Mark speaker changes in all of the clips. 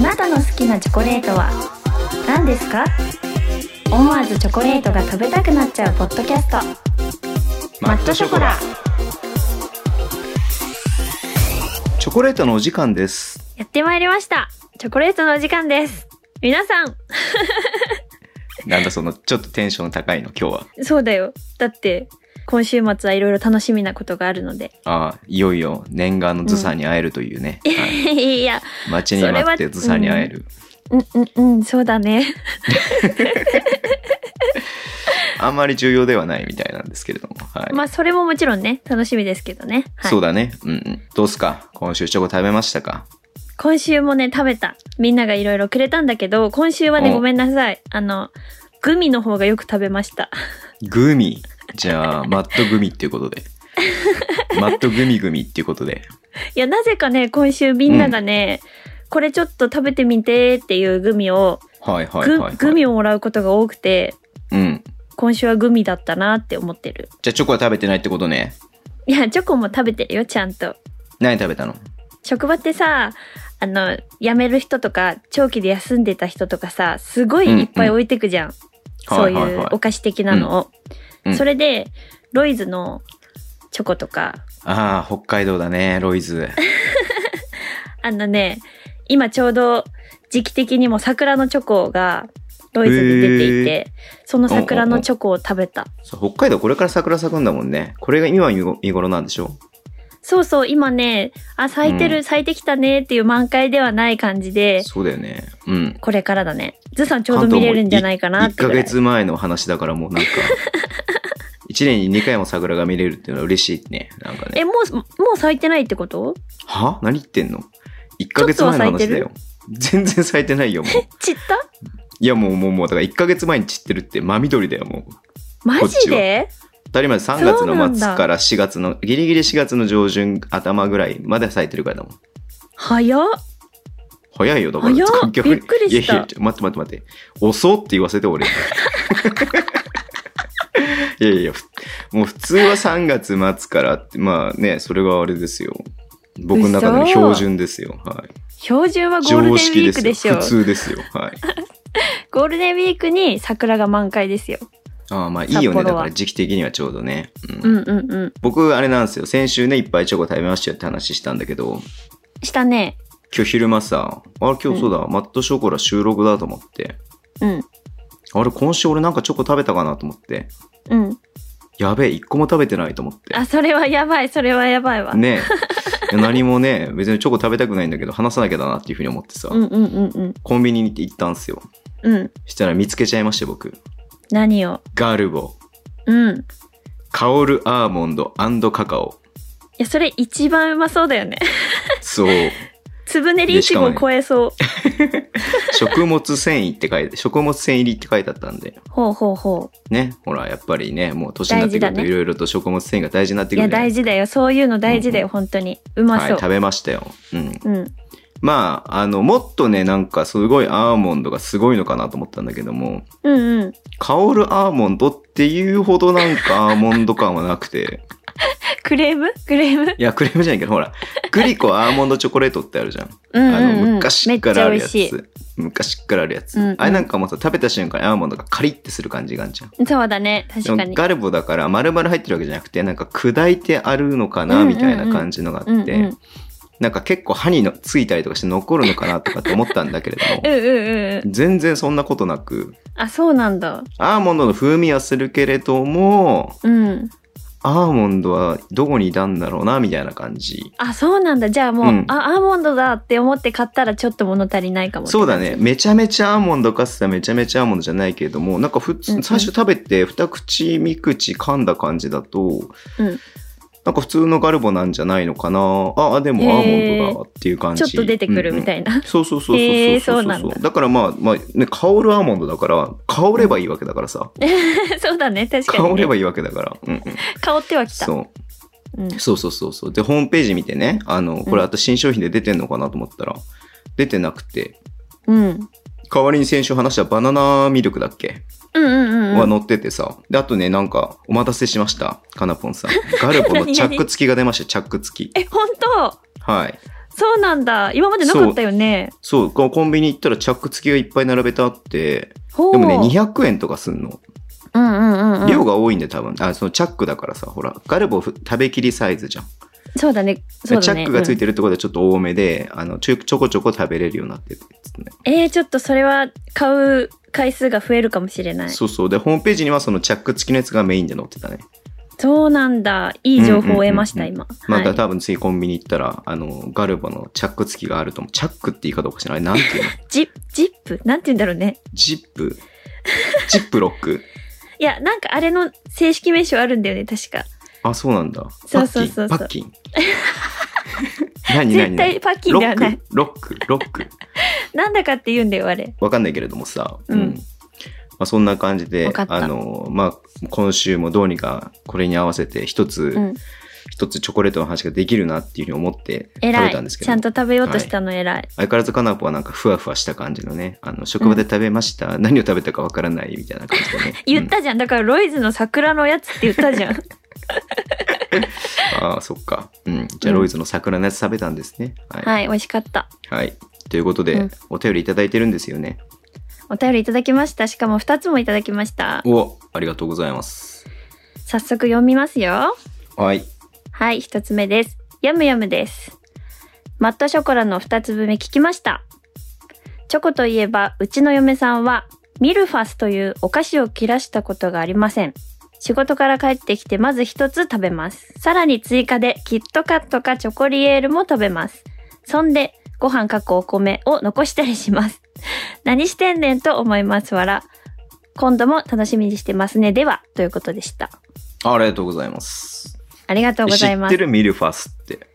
Speaker 1: なたの好きなチョコレートは何ですか思わずチョコレートが食べたくなっちゃうポッドキャストマットショコラ
Speaker 2: チョコレートのお時間です
Speaker 1: やってまいりましたチョコレートのお時間です皆さん
Speaker 2: なんだそのちょっとテンション高いの今日は
Speaker 1: そうだよだって今週末はいろいろ楽しみなことがあるので、
Speaker 2: ああいよいよ念願のズサに会えるというね、はい
Speaker 1: いや
Speaker 2: 待ちに待ってズサに会える、
Speaker 1: うんうんうんそうだね
Speaker 2: あんまり重要ではないみたいなんですけれどもはい、
Speaker 1: まあそれももちろんね楽しみですけどね、はい、
Speaker 2: そうだねうんうんどうっすか今週チョコ食べましたか
Speaker 1: 今週もね食べたみんながいろいろくれたんだけど今週はね
Speaker 2: うん
Speaker 1: ごめんなさいあのグミの方がよく食べました
Speaker 2: グミじゃあマットグミっていうこ とでマットグミグミっていうことで
Speaker 1: いやなぜかね今週みんながね、これちょっと食べてみてっていうグミを、
Speaker 2: はいはい
Speaker 1: グ
Speaker 2: はい、はい、
Speaker 1: グミをもらうことが多くて
Speaker 2: うん
Speaker 1: 今週はグミだったなって思ってる
Speaker 2: じゃあチョコは食べてないってことね
Speaker 1: いやチョコも食べてるよちゃんと
Speaker 2: 何食べたの
Speaker 1: 職場ってさあの辞める人とか長期で休んでた人とかさすごいいっぱい置いてくじゃん、そう
Speaker 2: はいはい
Speaker 1: い
Speaker 2: は
Speaker 1: う
Speaker 2: い
Speaker 1: お菓子的なのを、
Speaker 2: うんうん
Speaker 1: それでロイズのチョコとか
Speaker 2: ああ北海道だねロイズ
Speaker 1: あのね今ちょうど時期的にも桜のチョコがロイズに出ていて、その桜のチョコを食べた
Speaker 2: そう北海道これから桜咲くんだもんね。これが今見ご見頃なんでしょ
Speaker 1: そうそう今ねあ咲いてる、
Speaker 2: うん
Speaker 1: 咲いてきたねっていう満開ではない感じで
Speaker 2: そうだよね。うん。
Speaker 1: これからだねズさんちょうど見れるんじゃないかなって
Speaker 2: 1ヶ
Speaker 1: ぐらい
Speaker 2: 月前の話だからも うなんか、1年に2回も桜が見れるっていうのは嬉しいね。なんかね。
Speaker 1: えもうもう咲いてないってこと
Speaker 2: は何言ってんの ?1 ヶ月前の話だよ。全然咲いてないよ、もう。
Speaker 1: 散った
Speaker 2: いや、もうもうもう、だから1ヶ月前に散ってるって真緑だよ、もう。
Speaker 1: マジで
Speaker 2: 当たり前3月の末から4月の、ギリギリ4月の上旬頭ぐらいまで咲いてるからだもん。
Speaker 1: 早っ
Speaker 2: 早いよ、だから。
Speaker 1: 早っ
Speaker 2: 逆に
Speaker 1: びっくりした
Speaker 2: いやいや、ちょ待って待って待って。遅って言わせて、俺。い やいや、ふもう普通は3月末からって、まあね、それがあれですよ。僕の中での標準ですよ。はい。
Speaker 1: 標準はゴールデンウ
Speaker 2: 常
Speaker 1: ィ
Speaker 2: 識
Speaker 1: ーク
Speaker 2: で
Speaker 1: でし
Speaker 2: す
Speaker 1: ょ
Speaker 2: よ。普通ですよ。はい。
Speaker 1: ゴールデンウィークに桜が満開ですよ
Speaker 2: ああまあいいよ
Speaker 1: 札幌は
Speaker 2: ね。だから時期的にはちょうどね。う
Speaker 1: うんんうんうん
Speaker 2: 僕、あれなんですよ。先週ね、いっぱいチョコ食べましたよって話したんだけど、
Speaker 1: したね
Speaker 2: 今日昼間さ、あれ今日そうだ、マットショコラ収録だと思って、
Speaker 1: うん
Speaker 2: あれ今週俺なんかチョコ食べたかなと思って、
Speaker 1: うん
Speaker 2: やべえ、一個も食べてないと思って。
Speaker 1: あそれはやばいそれはやばいわ、
Speaker 2: ねえ。いや何もね、別にチョコ食べたくないんだけど、話さなきゃだなっていうふうに思ってさ、
Speaker 1: うんうんうんうん
Speaker 2: コンビニに行って行ったんすよ。
Speaker 1: うん
Speaker 2: したら見つけちゃいまして、僕。
Speaker 1: 何を
Speaker 2: ガルボ、
Speaker 1: うんい
Speaker 2: 香るアーモンドカカオ。
Speaker 1: やそれ一番うまそうだよね
Speaker 2: そう。
Speaker 1: 粒ねりいちごを超えそう、
Speaker 2: 食物繊維って書いて、食物繊維入りって書いてあったんで。
Speaker 1: ほうほうほ
Speaker 2: ね。ほら、やっぱりね、もう年になってく
Speaker 1: 大
Speaker 2: る
Speaker 1: 事だ
Speaker 2: と
Speaker 1: ね
Speaker 2: いろいろと食物繊維が大事になっ
Speaker 1: う
Speaker 2: て
Speaker 1: い
Speaker 2: くる
Speaker 1: や
Speaker 2: じゃない
Speaker 1: 大
Speaker 2: です
Speaker 1: 事だよそういうの大事だよ、本当にう
Speaker 2: か
Speaker 1: まそう、
Speaker 2: はい、食べましたよ。うん。
Speaker 1: うん
Speaker 2: まあ、あの、もっとね、なんかすごいアーモンドがすごいのかなと思ったんだけども、
Speaker 1: うんうん
Speaker 2: 香るアーモンドっていうほどなんかアーモンド感はなくて。
Speaker 1: クレームクレーム
Speaker 2: いや、クレームじゃないけど、ほら、グリコアーモンドチョコレートってあるじゃん。
Speaker 1: うんうん、うん
Speaker 2: あ、の、昔からあるや
Speaker 1: めっちゃ美
Speaker 2: つ。昔からあるやつ、
Speaker 1: うんうん
Speaker 2: あれなんかもさ、食べた瞬間にアーモンドがカリッてする感じがあるじゃん。
Speaker 1: 味しいそうだね確か
Speaker 2: でも
Speaker 1: に
Speaker 2: ガルボだから丸々入ってるわけじゃなくて、なんか砕いてあるのか
Speaker 1: うん
Speaker 2: な、
Speaker 1: うんうん
Speaker 2: みたいな感じのがあって、
Speaker 1: うんうん
Speaker 2: なんか結構歯にのついたりとかして残るのかなとかって思ったんだけれど
Speaker 1: う
Speaker 2: も、
Speaker 1: んうんうんうん。
Speaker 2: 全然そんなことなく、
Speaker 1: あ、そうなんだ。
Speaker 2: アーモンドの風味はするけれども、
Speaker 1: うん。
Speaker 2: アーモンドはどこにいたんだろうなみたいな感じ
Speaker 1: あ、そうなんだ。じゃあもう、
Speaker 2: うん
Speaker 1: あ、アーモンドだって思って買ったらちょっと物足りないかも。
Speaker 2: そうだねめちゃめちゃアーモンドかつてはめちゃめちゃアーモンドじゃないけれどもなんか普通、
Speaker 1: うんうん
Speaker 2: 最初食べて二口三口噛んだ感じだと
Speaker 1: うん。
Speaker 2: なんか普通のガルボなんじゃないのかなああでもアーモンドだっていう感じ
Speaker 1: ちょっと出てくるみ
Speaker 2: い
Speaker 1: たいな。
Speaker 2: そうそうそうそう
Speaker 1: へー
Speaker 2: そうそう
Speaker 1: そうなんだ
Speaker 2: からまあ、まあね、香るアーモンドだから香ればいいわけだからさ、
Speaker 1: そうだね。確かに、
Speaker 2: 香
Speaker 1: ね。
Speaker 2: ればいいわけだから、うんうん、
Speaker 1: 香ってはきた。
Speaker 2: そう
Speaker 1: うん。
Speaker 2: そうそうそうそう。で、ホームページ見てね、あの、これ
Speaker 1: うん
Speaker 2: あと新商品で出てんのかなと思ったら、出てなくて、
Speaker 1: うん。
Speaker 2: 代わりに先週話したバナナミルクだっけ、
Speaker 1: うんうんう
Speaker 2: は
Speaker 1: ん。
Speaker 2: 乗っててさ。で、あとね、なんか、お待たせしました。かなぽんさん。ガルボのチャック付きが出ましたよ、チャック付き。
Speaker 1: え、本当
Speaker 2: はい。
Speaker 1: そうなんだ。今までなかったよね。
Speaker 2: そう、このコンビニ行ったらチャック付きがいっぱい並べてあって、
Speaker 1: ほう。
Speaker 2: でもね、200円とかすんの。
Speaker 1: うんうんうん、う
Speaker 2: 量
Speaker 1: ん。
Speaker 2: が多いんで多分。あ、そのチャックだからさ、ほら、ガルボフ食べきりサイズじゃん。
Speaker 1: そうだね。そう
Speaker 2: チ
Speaker 1: だ
Speaker 2: ャ
Speaker 1: ね。
Speaker 2: ックが付い
Speaker 1: て
Speaker 2: てるってことはちょっと多めで、あの、ちょちょこちょこ食べれるようになってて、ね。
Speaker 1: うん、えー、ちょっとそれは買う回数が増えるかもしれない。
Speaker 2: そうそう。で、ホームページにはそのチャック付きのやつがメインで載ってたね。
Speaker 1: そうなんだ。いい情報を得ました、
Speaker 2: うんう
Speaker 1: 今。
Speaker 2: ま
Speaker 1: はい
Speaker 2: た、多分次コンビニ行ったら、あの、ガルボのチャック付きがあると思う。チャックって言い方おかしいな。あれなん ていうの
Speaker 1: ジジップなんて言うんだろうね。
Speaker 2: ジップジップロック
Speaker 1: いや、なんかあれの正式名称あるんだよね、確か。
Speaker 2: あ、そうなんだ。
Speaker 1: そうそうそうそう
Speaker 2: パッキン。パッキン 何
Speaker 1: 絶
Speaker 2: 何
Speaker 1: 対
Speaker 2: 何
Speaker 1: パッキンではない。
Speaker 2: ロック、ロック、ロック。
Speaker 1: なんだかって言うんだよ、あれ。
Speaker 2: わかんないけれどもさ。
Speaker 1: うん
Speaker 2: まあ、そんな感じ
Speaker 1: わ
Speaker 2: で、
Speaker 1: かった
Speaker 2: あの、まあ、今週もどうにかこれに合わせて一つ、
Speaker 1: うん。
Speaker 2: 一つチョコレートの話ができるなっていうふうに思って食べ
Speaker 1: 偉
Speaker 2: たん
Speaker 1: い。
Speaker 2: ですけ
Speaker 1: ち
Speaker 2: ど
Speaker 1: ゃんと食べようとしたの偉い。。
Speaker 2: 相変わらずカナポはなんかふわふわした感じのね、あの、職場で食べました、何を食べたかわからないみたいな感じでね
Speaker 1: 言っ
Speaker 2: うん
Speaker 1: たじゃん。だからロイズの桜のやつって言った じゃん。
Speaker 2: ああ、そっか。うん。じゃあ、
Speaker 1: うん
Speaker 2: ロイズの桜のやつ食べたんですね。はい。
Speaker 1: はい、美味しかった。
Speaker 2: はい。ということで、
Speaker 1: うん
Speaker 2: お便りいただいてるんですよね。
Speaker 1: お便りいただきました。しかも2つもいただきました。
Speaker 2: おありがとうございます。
Speaker 1: 早速読みますよ。
Speaker 2: はい。
Speaker 1: はい、一つ目です。やむやむです。マットショコラの二粒目聞きました。チョコといえば、うちの嫁さんは、ミルファスというお菓子を切らしたことがありません。仕事から帰ってきてまず一つ食べます。さらに追加でキットカットかチョコリエールも食べます。そんで、ご飯かっこお米を残したりします。 何してんねんと思いますわら。今度も楽しみにしてますね。では、ということでした。
Speaker 2: ありがとうございます。
Speaker 1: ありがとうございます
Speaker 2: 知っ。てるミルファスって。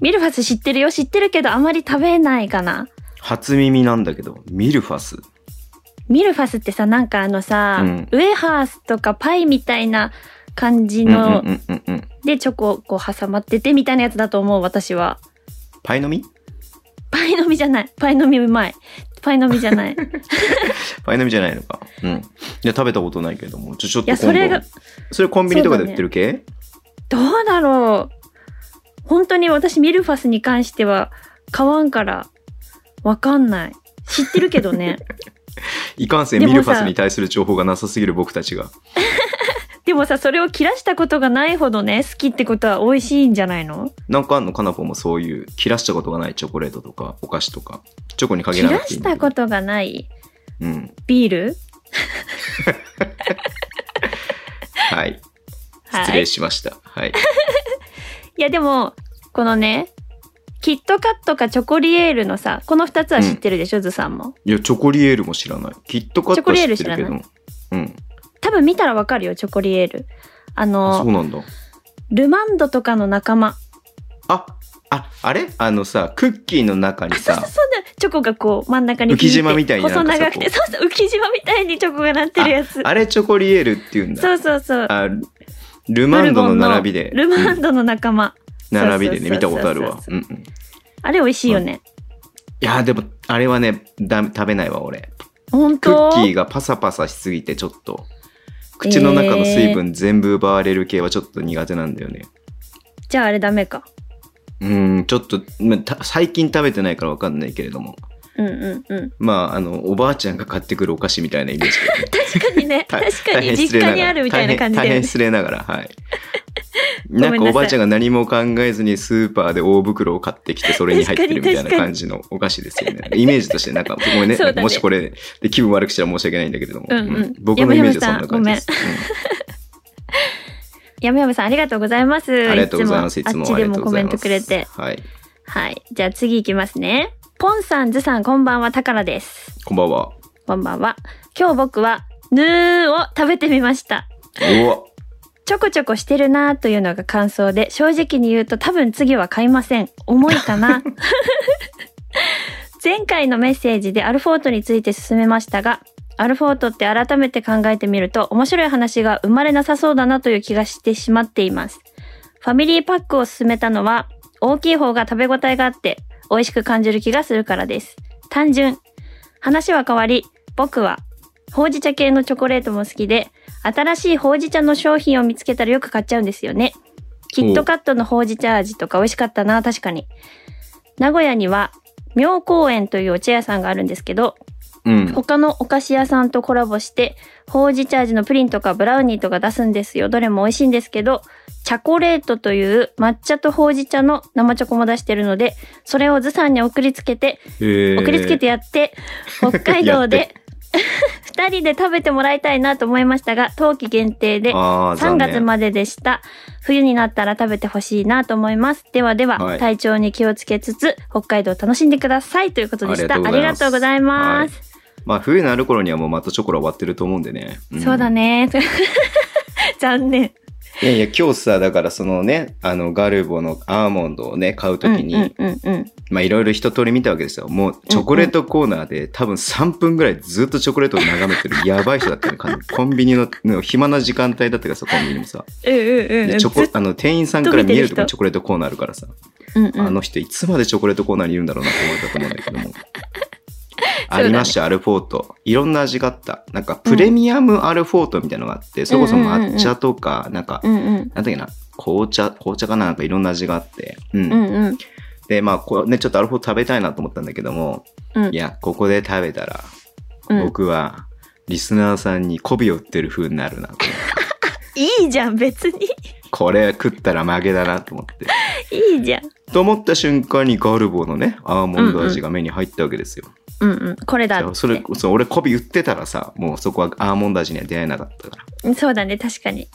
Speaker 1: ミルファス知ってるよ知ってるけどあまり食べないかな
Speaker 2: 初耳なんだけど、ミルファス。
Speaker 1: ミルファスってさなんかあのさ、
Speaker 2: うん
Speaker 1: ウエハースとかパイみたいな感じ
Speaker 2: うんうん
Speaker 1: の
Speaker 2: うんうんうん。
Speaker 1: でチョコこう挟まっててみたいなやつだと思う私は
Speaker 2: パイの実
Speaker 1: パイの実じゃないパイの実うまいパイの実じゃ ないい
Speaker 2: パイの実じゃないのか。うん。いや、食べたことないけども。ちょ、ちょっと
Speaker 1: や
Speaker 2: 今度。
Speaker 1: それが
Speaker 2: それコンビニとかで売ってる系、
Speaker 1: どうだろう本当に私ミルファスに関しては買わんからわかんない知ってるけど ね
Speaker 2: いかんせん
Speaker 1: でも
Speaker 2: ミ
Speaker 1: さ
Speaker 2: ルファスに対する情報がなさすぎる僕たちが。
Speaker 1: でもさそれを切らしたことがないほどね好きってことは美味しいんじゃないの
Speaker 2: なんかあんのかなぽんもそういう、切らしたことがないチョコレートとか、お菓子とか。チョコに限
Speaker 1: 切
Speaker 2: らな
Speaker 1: ら
Speaker 2: くていい
Speaker 1: し
Speaker 2: んだ
Speaker 1: た
Speaker 2: けど。
Speaker 1: ことがない
Speaker 2: うん。
Speaker 1: ビール
Speaker 2: はい。失
Speaker 1: はい
Speaker 2: 礼、しました。はい。
Speaker 1: いやでもこのねキットカットかチョコリエールのさこの2つは知ってるでしょ、ズさんも
Speaker 2: いや、チョコリエールも知らない。キットカットは知ってる
Speaker 1: チ
Speaker 2: け
Speaker 1: ョコリエール
Speaker 2: ど。うん。
Speaker 1: 多分見たらわかるよチョコリエールあ
Speaker 2: あそう
Speaker 1: の
Speaker 2: なんだ。
Speaker 1: ルマンドとかの仲間
Speaker 2: あ、あ、あれあのさ、クッキーの中に
Speaker 1: そうそう
Speaker 2: さ、
Speaker 1: そうだチョコがこう真ん中に
Speaker 2: 浮島みたいに
Speaker 1: ピンって
Speaker 2: なん
Speaker 1: 細
Speaker 2: か
Speaker 1: 長
Speaker 2: さ
Speaker 1: くてそうそう浮島みたいにチョコがなってるやつ
Speaker 2: あれチョコリエールって言うんだ。
Speaker 1: そうそうそう
Speaker 2: あ、ルマンドの並びで。
Speaker 1: ルマン
Speaker 2: うん
Speaker 1: ドの仲間、
Speaker 2: 並びでね、
Speaker 1: そう
Speaker 2: 見
Speaker 1: そ
Speaker 2: た
Speaker 1: うそうそう
Speaker 2: ことあるわ。うんうん。い
Speaker 1: あれ美味しいよね、
Speaker 2: やー、でも、あれはね、だ食べないわ、俺。
Speaker 1: 本
Speaker 2: ク
Speaker 1: 当
Speaker 2: ッキーがパサパサしすぎて、ちょっと。口の中の水分全部奪われる系はちょっと苦手なんだよね。
Speaker 1: じゃああれダメか
Speaker 2: うん、ちょっと、また最近食べてないからわかんないけれども。
Speaker 1: うんうんうん
Speaker 2: まあ、あの、おばあちゃんが買ってくるお菓子みたいなイメージ だよね
Speaker 1: 確かにね
Speaker 2: 大
Speaker 1: 確か
Speaker 2: 大変
Speaker 1: に
Speaker 2: 失
Speaker 1: 実
Speaker 2: 礼
Speaker 1: 家
Speaker 2: なが
Speaker 1: に
Speaker 2: ら
Speaker 1: あるみたいな感じ
Speaker 2: 大変大
Speaker 1: で
Speaker 2: 変失礼ながら、はい。
Speaker 1: めんなさ
Speaker 2: なん
Speaker 1: い
Speaker 2: かおばあちゃんが何も考えずにスーパーで大袋を買ってきて、それに入ってるみたい
Speaker 1: 確
Speaker 2: な
Speaker 1: かに
Speaker 2: 感じのお菓子ですよね。イメージとして、なんか、ごめんね
Speaker 1: そうだね
Speaker 2: もしこれで気分悪くしたら申し訳ないんだけれども。
Speaker 1: うんうん
Speaker 2: 僕のイメージはそんな感じです。
Speaker 1: やむやむさんありがとうございます
Speaker 2: うんありがとうございます。いつ
Speaker 1: あっ
Speaker 2: も
Speaker 1: ち
Speaker 2: あ
Speaker 1: で
Speaker 2: りがと
Speaker 1: も
Speaker 2: う
Speaker 1: コ
Speaker 2: ご
Speaker 1: メ
Speaker 2: ざい
Speaker 1: ン
Speaker 2: ま
Speaker 1: ト
Speaker 2: す。
Speaker 1: くれて
Speaker 2: はい。
Speaker 1: はいじゃあ次いきますねポンさんずさんこんばんはたからです
Speaker 2: こんばんは。
Speaker 1: こんばんは今日僕はヌーを食べてみました
Speaker 2: うわ。
Speaker 1: ちょこちょこしてるなというのが感想で正直に言うと多分次は買いません重いか な 前回のメッセージでアルフォートについて進めましたがアルフォートって改めて考えてみると面白い話が生まれなさそうだなという気がしてしまっていますファミリーパックを進めたのは大きい方が食べ応えがあって美味しく感じる気がするからです単純話は変わり僕はほうじ茶系のチョコレートも好きで新しいほうじ茶の商品を見つけたらよく買っちゃうんですよね。キットカットのほうじ茶味とか美味しかったな、確かに。名古屋には妙高園というお茶屋さんがあるんですけど、
Speaker 2: うん。
Speaker 1: 他のお菓子屋さんとコラボして、ほうじ茶味のプリンとかブラウニーとか出すんですよ。どれも美味しいんですけど、チャコレートという抹茶とほうじ茶の生チョコも出してるので、それをずさんに送りつけて、
Speaker 2: えー
Speaker 1: 送りつけてや って、北海道
Speaker 2: や っ
Speaker 1: で2人で食べてもらいたいなと思いましたが、冬季限定で
Speaker 2: あ
Speaker 1: 3
Speaker 2: あ、残
Speaker 1: 月
Speaker 2: 念。
Speaker 1: まででした。冬になったら食べてほしいなと思います。ではでは、
Speaker 2: はい
Speaker 1: 体調に気をつけつつ、北海道を楽しんでくださいということでした。あ
Speaker 2: あ
Speaker 1: り
Speaker 2: り
Speaker 1: が
Speaker 2: が
Speaker 1: と
Speaker 2: と
Speaker 1: う
Speaker 2: う
Speaker 1: ござ
Speaker 2: ござ
Speaker 1: い
Speaker 2: い
Speaker 1: ま
Speaker 2: ます
Speaker 1: す。
Speaker 2: まあ、冬になる頃にはもうまたチョコラ終わってると思うんでね。ん
Speaker 1: そうだ。ね。 残念。
Speaker 2: いやいや、今日さ、だからそのね、あの、ガルボのアーモンドをね、買うときに、
Speaker 1: うんうんうんうん。
Speaker 2: まあ、いろいろ一通り見たわけですよ。もう、チョコレートコーナーで、多分3分ぐらいずっとチョコレートを眺め てる、やばい人だったのかコンビニの、ね暇な時間帯だったからさ、コンビニもさ。
Speaker 1: うんうんう
Speaker 2: で、
Speaker 1: ん。
Speaker 2: チョ
Speaker 1: ず
Speaker 2: コ、あの、店員さんから見えるとこにチョコレートコーナーあるからさ。
Speaker 1: うんうん
Speaker 2: あの人いつまでチョコレートコーナーにいるんだろうなって思ったと思うんだ けども。
Speaker 1: だ
Speaker 2: あ
Speaker 1: ね
Speaker 2: りました、アルフォート。いろんな味があった。なんか、プレミアムアルフォートみたいなのがあって、それこそ抹茶とか、なんか、
Speaker 1: うんうん。
Speaker 2: なんだっけな、紅茶、紅茶かななんかいろんな味があって。うん。
Speaker 1: うんうん。
Speaker 2: で、まあ、こうね、ちょっとアルフォート食べたいなと思ったんだけども、
Speaker 1: うん
Speaker 2: いや、ここで食べたら、
Speaker 1: うん
Speaker 2: 僕は、リスナーさんに媚びを売ってる風になるな。
Speaker 1: いいじゃん、別に。
Speaker 2: これ食ったら負けだなと思って。
Speaker 1: いいじゃん。
Speaker 2: と思った瞬間にガルボのね、アーモンド味が目に入ったわけですよ。
Speaker 1: うんうん。これだって。
Speaker 2: それそう俺コビ売ってたらさもうそこはアーモンド味には出会えなかったから
Speaker 1: そうだね、確かに。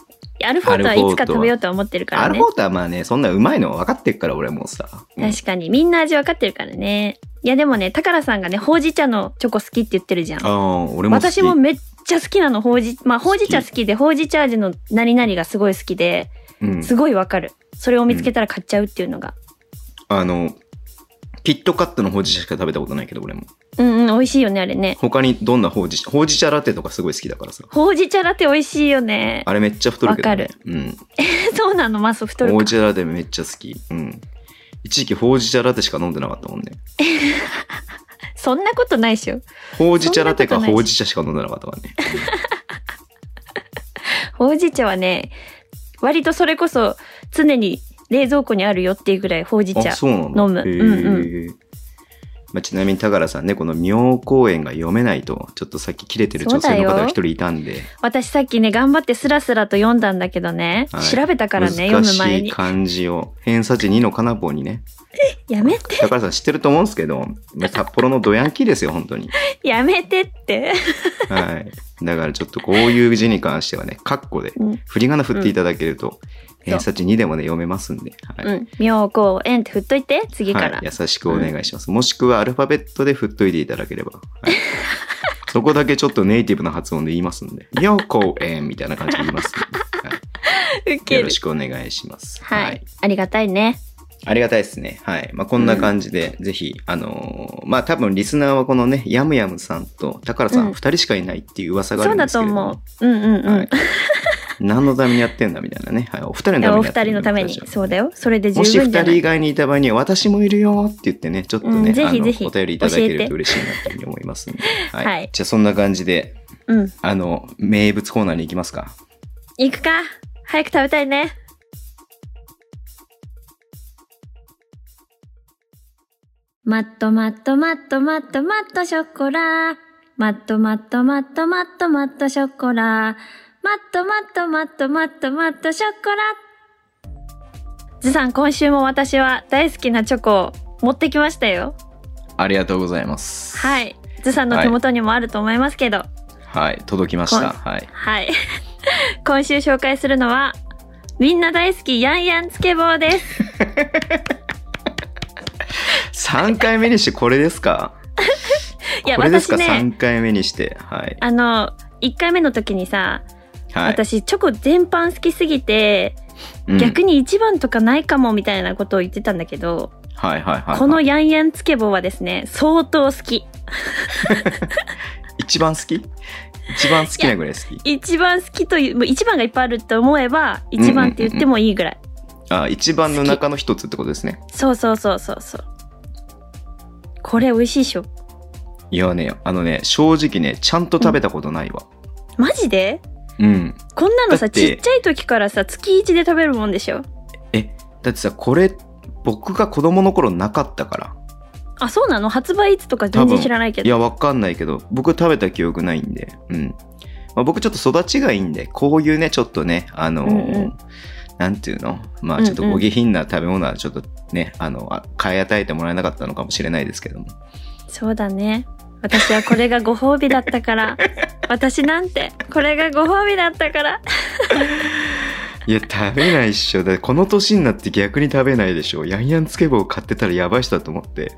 Speaker 1: アルフォートはいつか食べようとは思ってるから
Speaker 2: アル
Speaker 1: ね
Speaker 2: フ。ォートはまあねそんなうまいの分かってっから俺もうさ、うん
Speaker 1: 確かに。みんな味わかってるからね。いやでもね、高良さんがね、ほうじ茶のチョコ好きって言ってるじゃん。
Speaker 2: ああ俺も好き
Speaker 1: 私もめっちゃ好きなの、ほうじ、まあ、ほうじ茶好きで、ほうじ茶味の何々がすごい好きで、
Speaker 2: うん、
Speaker 1: すごいわかる。それを見つけたら買っちゃうっていうのが。
Speaker 2: あのキットカットのほうじ茶しか食べたことないけど俺も
Speaker 1: うんうん、美味しいよね、あれね。
Speaker 2: 他にどんなほうじ茶ほうじ茶ラテとかすごい好きだからさ
Speaker 1: ほうじ茶ラテ美味しいよね。
Speaker 2: あれめっちゃ太るけど、ね、
Speaker 1: わか
Speaker 2: うん、
Speaker 1: そうなの、マス太る
Speaker 2: ほう
Speaker 1: か。
Speaker 2: じ茶ラテめっちゃ好きうん一時期ほうじ茶ラテしか飲んでなかったもんね
Speaker 1: そんなことないでしょ。
Speaker 2: ほうじ茶ラテ
Speaker 1: そ
Speaker 2: か
Speaker 1: んなことない
Speaker 2: ほうじ茶しか飲んでなかったからね
Speaker 1: ほうじ茶はね、割とそれこそ常に冷蔵庫にあるよっていうぐらいほうじ茶
Speaker 2: あ。そうなんだ
Speaker 1: 飲む
Speaker 2: へえ
Speaker 1: うん
Speaker 2: まあ、ちなみに高良さんねこの妙高園が読めないとちょっとさっき切れてる女性の方が一人いたんで
Speaker 1: 私さっきね、頑張ってスラスラと読んだんだけどね、
Speaker 2: はい
Speaker 1: 調べたからね、読
Speaker 2: 難
Speaker 1: む
Speaker 2: し
Speaker 1: 前
Speaker 2: い
Speaker 1: に。
Speaker 2: 漢字を偏差値2のかなぼうにね
Speaker 1: やめて、
Speaker 2: 高良さん知ってると思うんです けど、まあ、札幌のドヤンキーですよ本当に
Speaker 1: やめてって。
Speaker 2: はいだからちょっとこういう字に関してはね括弧で
Speaker 1: うん
Speaker 2: 振り仮名振っていただけると、偏差値2でもね読めますんで、はい
Speaker 1: うん。妙高園って振っといて、次から。
Speaker 2: はい、優しくお願いします、もしくはアルファベットで振っといていただければ、はい そこだけちょっとネイティブな発音で言いますんで「ようこうえん」みたいな感じで言いますん
Speaker 1: ウ
Speaker 2: で、
Speaker 1: ケ
Speaker 2: よ
Speaker 1: る
Speaker 2: ろ。しくお願いします
Speaker 1: はい。ありがたいね。
Speaker 2: ありがたいですねはい、まあ、こんな感じで、ぜひあのーまあ多分リスナーはこのねやむやむさんと高良さ
Speaker 1: うん
Speaker 2: ん2人しかいないっていう噂があ
Speaker 1: そ
Speaker 2: る
Speaker 1: うんだ
Speaker 2: です
Speaker 1: と
Speaker 2: けれども、
Speaker 1: 思う。うんうんうん。
Speaker 2: はい 何のためにやってんだみたいなね、はい、お二人の
Speaker 1: い
Speaker 2: た
Speaker 1: や
Speaker 2: め
Speaker 1: お
Speaker 2: にやって
Speaker 1: 二人
Speaker 2: るん
Speaker 1: のため
Speaker 2: 僕
Speaker 1: に
Speaker 2: ちは。
Speaker 1: そうだよ。それで十
Speaker 2: もし
Speaker 1: 分じ
Speaker 2: 2
Speaker 1: ゃな
Speaker 2: 人以
Speaker 1: い。
Speaker 2: 外にいた場合には私もいるよって言ってねちょっとね、
Speaker 1: うんぜひぜひ
Speaker 2: あのお便りいただける
Speaker 1: 教えて
Speaker 2: と嬉しいなというふうに思いますんで、はい
Speaker 1: はい
Speaker 2: じゃあそんな感じで
Speaker 1: うん。
Speaker 2: あの名物コーナーに行きますか
Speaker 1: 行くか。早く食べたいね。マットマットマットマットマットショコラ。マットマットマットマットマットショコラ。マットマットマットマットマットショコラ。ずさん、今週も私は大好きなチョコを持ってきましたよ。
Speaker 2: ありがとうございます、
Speaker 1: はいい。ずさんの手元にもあると思いますけど。
Speaker 2: はい、届きましたはい
Speaker 1: はい。 今週紹介するのは、みんな大好き、ヤンヤンつけ棒です。
Speaker 2: 3回目にしてこれですか
Speaker 1: いや、
Speaker 2: これです
Speaker 1: 私
Speaker 2: か、
Speaker 1: ね、
Speaker 2: 3回目にしてはい、
Speaker 1: あの、1回目の時にさ、
Speaker 2: はい、
Speaker 1: 私、チョコ全般好きすぎて、逆
Speaker 2: に、
Speaker 1: に1番とかないかもみたいなことを言ってたんだけど、
Speaker 2: はいはいはい、
Speaker 1: この
Speaker 2: はい
Speaker 1: ヤンヤンつけ棒はですね、相当好き。
Speaker 2: 一番好き一番好きなぐらい好き
Speaker 1: 一番好きという、もう1番がいっぱいあると思えば、1番って言ってもいいぐらい。
Speaker 2: あ一番の中の一つってことですね
Speaker 1: そうそうそうそうそう。これ美味しいでしょ。
Speaker 2: いやねあのね正直ねちゃんと食べたことないわ
Speaker 1: マジで
Speaker 2: うん
Speaker 1: こんなの
Speaker 2: だ
Speaker 1: さ
Speaker 2: って
Speaker 1: ちっちゃい時からさ月一で食べるもんでしょ
Speaker 2: だってさこれ僕が子供の頃なかったから。
Speaker 1: あそうなの発売いつとか全然知らないけ
Speaker 2: い
Speaker 1: ど
Speaker 2: や、わかんないけど、僕食べた記憶ないんで、うん。まあ、僕ちょっと育ちがいいんで、こういうね、ちょっとね、あのー
Speaker 1: うんうん
Speaker 2: なんていうのま
Speaker 1: うん
Speaker 2: あ
Speaker 1: うん
Speaker 2: ちょっとお下品な食べ物はちょっとね、あの、あ買い与えてもらえなかったのかもしれないですけども。
Speaker 1: そうだね私はこれがご褒美だったから 私なんてこれがご褒美だったから
Speaker 2: いや、食べないっしょ。だってこの年になって逆に食べないでしょ。ヤンヤンつけ棒買ってたらやばい人だと思って。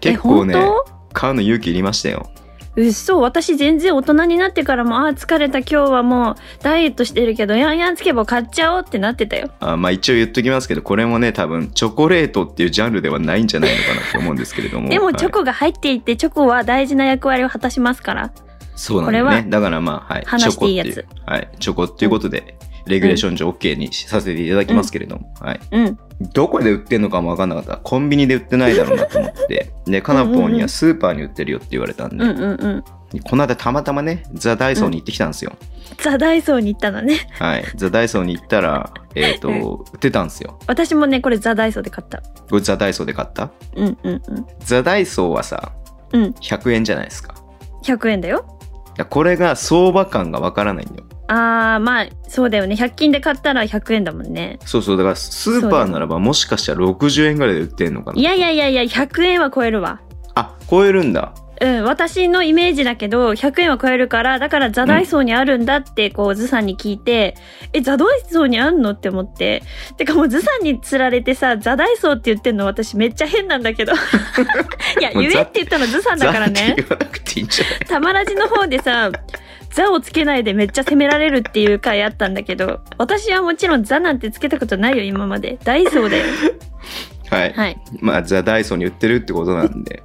Speaker 2: 結構ね
Speaker 1: え、本
Speaker 2: 買うの勇気いりましたよ。
Speaker 1: 当うっそ私全然大人になってからもあー疲れた今日はもうダイエットしてるけどヤンヤンつけ棒買っちゃおうってなってたよ
Speaker 2: あまあ一応言っときますけど、これもね、多分チョコレートっていうジャンルではないんじゃないのかなと思うんですけれども。
Speaker 1: で
Speaker 2: は
Speaker 1: も
Speaker 2: い
Speaker 1: チョコが入っていてチョコは大事な役割を果たしますから
Speaker 2: そうな
Speaker 1: こ
Speaker 2: んだ
Speaker 1: れは
Speaker 2: よね。だからまあ、はい。
Speaker 1: 話していいやつ
Speaker 2: チョコっていう。はい。チョコっていうことで、レギュレーション上 OK にさせていただきますけれども、はい。
Speaker 1: うん
Speaker 2: どこで売ってんのかもわかんなかった。コンビニで売ってないだろうなと 思って。で、カナポンにはスーパーに売ってるよって言われたんで、
Speaker 1: うんうんうん
Speaker 2: この間たまたまね、ザ・ダイソーに行ってきたんですよ。
Speaker 1: ザ・ダイソーに行ったのね
Speaker 2: はい。ザ・ダイソーに行っ たら、えっ、と、
Speaker 1: う
Speaker 2: 売ってたんですよ。
Speaker 1: 私もねこれザ・ダイソーで買った
Speaker 2: これザ・ダイソーで買った
Speaker 1: うんうんうん
Speaker 2: ザ・ダイソーはさ、
Speaker 1: うん
Speaker 2: 100円じゃないですか。
Speaker 1: 100円だよ
Speaker 2: だからこれが相場感がわからないんだよ。
Speaker 1: あーまあそうだよね100均で買ったら100円だもんね
Speaker 2: そうそう。だからスーパーならばもしかしたら60円ぐらいで売ってんのかな。
Speaker 1: いやいやいやいや100円は超えるわ
Speaker 2: あ、超えるんだ。
Speaker 1: うん私のイメージだけど100円は超えるからだからザ・ダイソーにあるんだってこうズさんに聞いて、えザ・ダイソーにあんのって思っててかもうズさんに釣られてさザ・ダイソーって言ってんの私めっちゃ変なんだけどいや
Speaker 2: もう
Speaker 1: 言え
Speaker 2: ザ
Speaker 1: って言ったのズさんだから
Speaker 2: ザっ
Speaker 1: ね
Speaker 2: て言わなくていいんじゃない
Speaker 1: たまらじの方でさザをつけないでめっちゃ責められるっていう回あったんだけど私はもちろんザなんてつけたことないよ今までダイソーだよ
Speaker 2: は い。
Speaker 1: はい。
Speaker 2: まあ、ザ・ダイソーに売ってるってことなんで、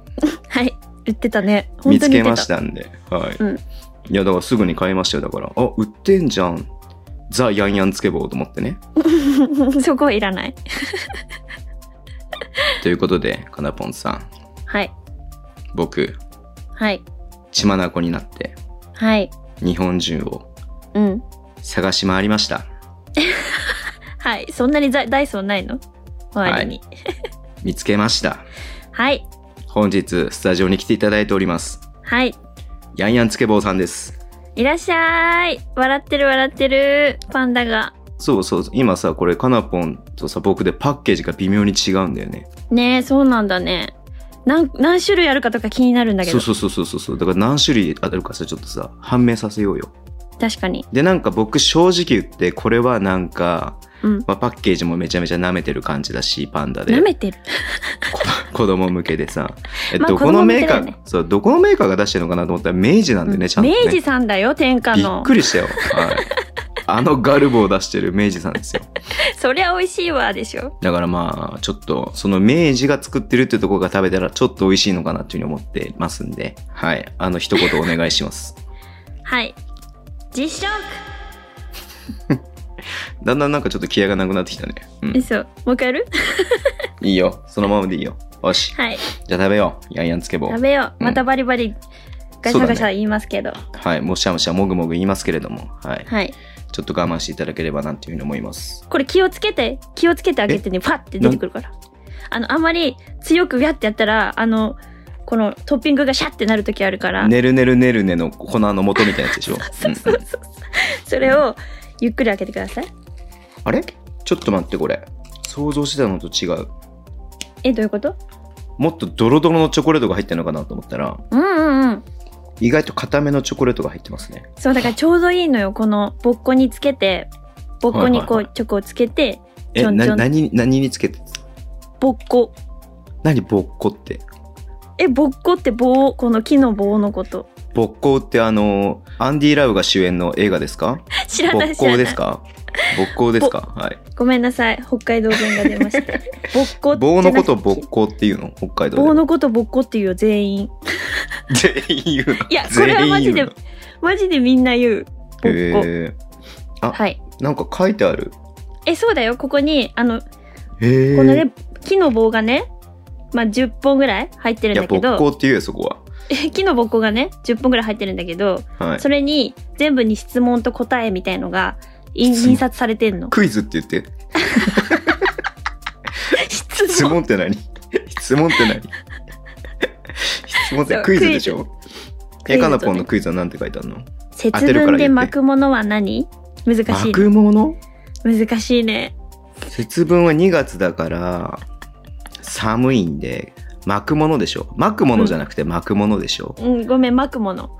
Speaker 1: はい。言ってたね。 本
Speaker 2: 見
Speaker 1: 当
Speaker 2: つ
Speaker 1: に
Speaker 2: け
Speaker 1: 言
Speaker 2: ま
Speaker 1: って。
Speaker 2: したたんで。はい。
Speaker 1: うん
Speaker 2: いや、だからすぐに買いましたよ。だから、あ、売ってんじゃん。ザ・ヤンヤンつけ棒と思ってね。
Speaker 1: そこはいらない。
Speaker 2: ということで、かなぽんさん、
Speaker 1: はい。
Speaker 2: 僕、
Speaker 1: はい。
Speaker 2: 血眼になって、
Speaker 1: はい。
Speaker 2: 日本中を
Speaker 1: うん。
Speaker 2: 探し回りました。
Speaker 1: はい。そんなにザダイソーないの周りに。
Speaker 2: 見つけました。
Speaker 1: はい。
Speaker 2: 本日、スタジオに来ていただいております。
Speaker 1: はい。
Speaker 2: ヤンヤンつけ棒さんです。
Speaker 1: いらっしゃい。笑ってる笑ってる。パンダが。
Speaker 2: そうそう、今さ、これ、かなぽんとさ、僕でパッケージが微妙に違うんだよね。
Speaker 1: ねえ、そうなんだね。なん何種類あるかとか気になるんだけど
Speaker 2: そう。そうそうそうそう。だから何種類あるかさ、ちょっとさ、判明させようよ。
Speaker 1: 確かに。
Speaker 2: で、なんか僕正直言って、これはなんか、
Speaker 1: うん。
Speaker 2: まあ、パッケージもめちゃめちゃ舐めてる感じだし、パンダで
Speaker 1: 舐。めてる。
Speaker 2: 子供向けで さ。え
Speaker 1: まあ
Speaker 2: どこのメーカ
Speaker 1: 子供向けだ
Speaker 2: ー、
Speaker 1: よね
Speaker 2: そう、どこのメーカーが出してるのかなと思ったら、明治なんでね、ちゃんと、ね。
Speaker 1: 明治さんだよ、天下
Speaker 2: び
Speaker 1: の
Speaker 2: っ。くりしたよ。はい。あのガルボを出してる明治さんですよ。
Speaker 1: そりゃ美味しいわ、でしょ。
Speaker 2: だからまあ、ちょっと、その明治が作ってるってところが食べたら、ちょっと美味しいのかなっていうふうに思ってますんで、はい。あの、一言お願いします。
Speaker 1: はい。実食
Speaker 2: だんだんなんかちょっと気合がなくなってきたね。うん。
Speaker 1: 嘘。もう一回やる
Speaker 2: いいよ。そのままでいいよ。よし。
Speaker 1: はい。
Speaker 2: じゃあ食べよう。ヤンヤンつけ棒。
Speaker 1: 食べよう。
Speaker 2: うん
Speaker 1: またバリバリ、ガシャガシャ言いますけど。
Speaker 2: はい、もしゃもしゃもぐもぐ言いますけれども、はい、
Speaker 1: はい。
Speaker 2: ちょっと我慢していただければなっていうふうに思います。
Speaker 1: これ気をつけて、気をつけてあげてね、パッて出てくるから。あの、あんまり強くウャってやったら、あの、このトッピングがシャってなる時あるから、
Speaker 2: ねるねるねるねの粉の元みたいなやつでしょ。
Speaker 1: そうそううん
Speaker 2: うん
Speaker 1: そうそれをゆっくり開けてください。
Speaker 2: あれちょっと待って、これ。想像してたのと違う。
Speaker 1: え、どういうこと
Speaker 2: もっとドロドロのチョコレートが入ってるのかなと思ったら、
Speaker 1: うんうんうん。
Speaker 2: 意外と固めのチョコレートが入ってますね。
Speaker 1: そう、だからちょうどいいのよ。このボッコにつけて、ボッコにこ
Speaker 2: はいはいう
Speaker 1: チョコをつけて、ち
Speaker 2: え、
Speaker 1: ょんちょ、
Speaker 2: なん何に、何につけて
Speaker 1: ボッコ。
Speaker 2: 何ぼっこって。
Speaker 1: え、ボッコって棒、この木の棒の こと。
Speaker 2: ぼっこってあの、アンディ・ラウが主演の映画ですか
Speaker 1: 知ら
Speaker 2: ぼ
Speaker 1: な
Speaker 2: っ
Speaker 1: い知ら
Speaker 2: こ
Speaker 1: な
Speaker 2: で
Speaker 1: い
Speaker 2: す。かぼっこですかはい。
Speaker 1: ごめんなさい北海道弁が出ました ぼっこ
Speaker 2: 棒のことをぼ
Speaker 1: ぼ
Speaker 2: っこっていうの北海道で。
Speaker 1: 棒のことぼっこっていうよ全員
Speaker 2: 全員言うの
Speaker 1: いやこれはマジで
Speaker 2: 全員言うの
Speaker 1: マジでみんな言うぼっこ、
Speaker 2: へえあ
Speaker 1: はい
Speaker 2: なんか書いてある
Speaker 1: えそうだよここにあのこ
Speaker 2: へえ
Speaker 1: のね木の棒がねまあ10本ぐらい入ってる
Speaker 2: い
Speaker 1: ん
Speaker 2: や
Speaker 1: だけ
Speaker 2: 勃
Speaker 1: ど
Speaker 2: 興って言うよそこ
Speaker 1: 木のぼっこがね10本ぐらい入ってるんだけど、
Speaker 2: は、はい
Speaker 1: そ、れに全部に質問と答えみたいのが印印刷されてんの
Speaker 2: クイズって言って
Speaker 1: 質問
Speaker 2: 質問って何質問って何質問って
Speaker 1: そう
Speaker 2: クイズでし
Speaker 1: ク
Speaker 2: ょ
Speaker 1: イズ
Speaker 2: え、
Speaker 1: とね
Speaker 2: かなぽんのクイズは何て書いてあるの
Speaker 1: 節
Speaker 2: 当てるから言っ
Speaker 1: 分
Speaker 2: て
Speaker 1: で巻くものは何難しい
Speaker 2: 巻。くもの
Speaker 1: 難しいね。
Speaker 2: 節分は2月だから、寒いんで、巻くものでしょ巻くものじゃなくて巻くものでしょ、
Speaker 1: うん、ごめん、巻くもの。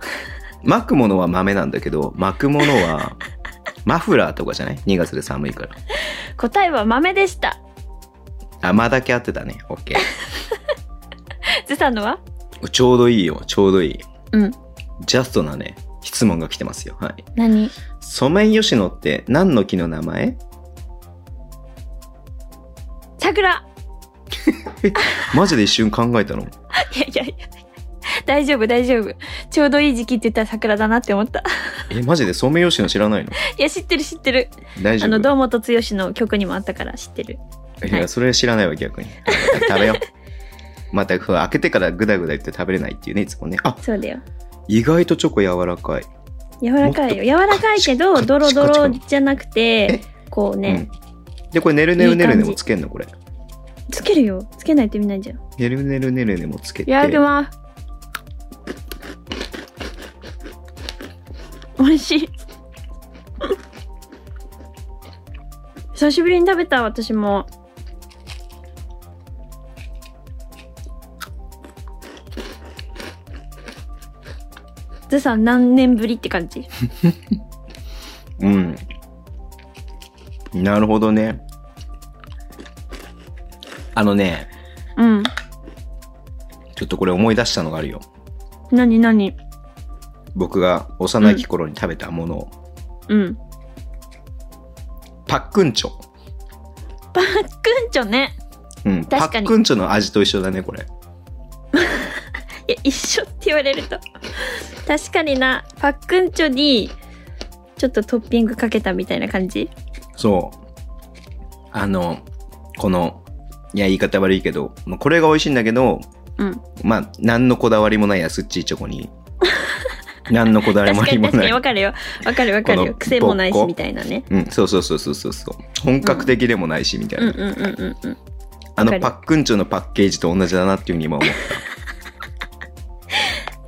Speaker 2: 巻くものは豆なんだけど、巻くもの は、マフラーとかじゃない ?2 月で寒いから。
Speaker 1: 答えは豆でした。
Speaker 2: あ、まだけ合ってたね。オッケ
Speaker 1: ずさのは
Speaker 2: ー。ちょうどいいよ。ちょうどいい。
Speaker 1: うん。
Speaker 2: ジャストなね、質問が来てますよ。はい。
Speaker 1: 何
Speaker 2: ソメイヨシノって何の木の名前
Speaker 1: 桜
Speaker 2: マジで一瞬考えたの。
Speaker 1: いやいやいや。大丈夫、大丈夫。ちょうどいい時期って言ったら桜だなって思った。
Speaker 2: え、マジでソメイヨシノ知らないの
Speaker 1: いや、知ってる、知ってる。
Speaker 2: 大丈
Speaker 1: あの、
Speaker 2: 夫
Speaker 1: 堂本剛の曲にもあったから知ってる。
Speaker 2: いや、それ知らないわ、逆 に。食べよう。また、そう開けてからグダグダ言って食べれないっていうね、いつもね。あ、
Speaker 1: そうだよ。
Speaker 2: 意外とチョコ柔らかい。
Speaker 1: 柔らかいよ。柔らかいけ
Speaker 2: カ
Speaker 1: ど、
Speaker 2: チ
Speaker 1: ドロドロ
Speaker 2: カチ
Speaker 1: じゃなくて、こうね、
Speaker 2: うん。で、これ、ねるねるねる
Speaker 1: いい
Speaker 2: ね
Speaker 1: 感
Speaker 2: も
Speaker 1: じ
Speaker 2: つけんのこれ。
Speaker 1: つけるよ。つけないと意味ないじゃん。
Speaker 2: ねるねるねるねもつけ
Speaker 1: い
Speaker 2: て。
Speaker 1: やでは美味しい久しぶりに食べた私もずさん何年ぶりって感じ
Speaker 2: うん。なるほどね。あのね、
Speaker 1: うん
Speaker 2: ちょっとこれ思い出したのがあるよ。
Speaker 1: 何何
Speaker 2: 僕が幼き頃に食べたものを。
Speaker 1: うん
Speaker 2: パックンチョ。
Speaker 1: パックンチョね
Speaker 2: うん。パ
Speaker 1: 確かに
Speaker 2: ックンチョの味と一緒だね、これ。
Speaker 1: いや一緒って言われると 確かになパックンチョにちょっとトッピングかけたみたいな感じ
Speaker 2: そう。あの、この、いや、言い方悪いけど、まあこれが美味しいんだけど、
Speaker 1: うん
Speaker 2: まあ、何のこだわりもない安っちいチョ コに、何のこだわり
Speaker 1: 確
Speaker 2: も
Speaker 1: かに確か
Speaker 2: な
Speaker 1: に
Speaker 2: い
Speaker 1: わ。かるよわかるわかる
Speaker 2: こ
Speaker 1: よ
Speaker 2: の
Speaker 1: 癖もない
Speaker 2: ぼっ
Speaker 1: し
Speaker 2: こ
Speaker 1: みたいなね
Speaker 2: うん、そうそうそうそうそうそう。本格的でもないし、みたい
Speaker 1: うん
Speaker 2: な。
Speaker 1: うんうんうんうん
Speaker 2: あの
Speaker 1: わか
Speaker 2: パ
Speaker 1: る
Speaker 2: ックンチョのパッケージと同じだなっていうふうに今思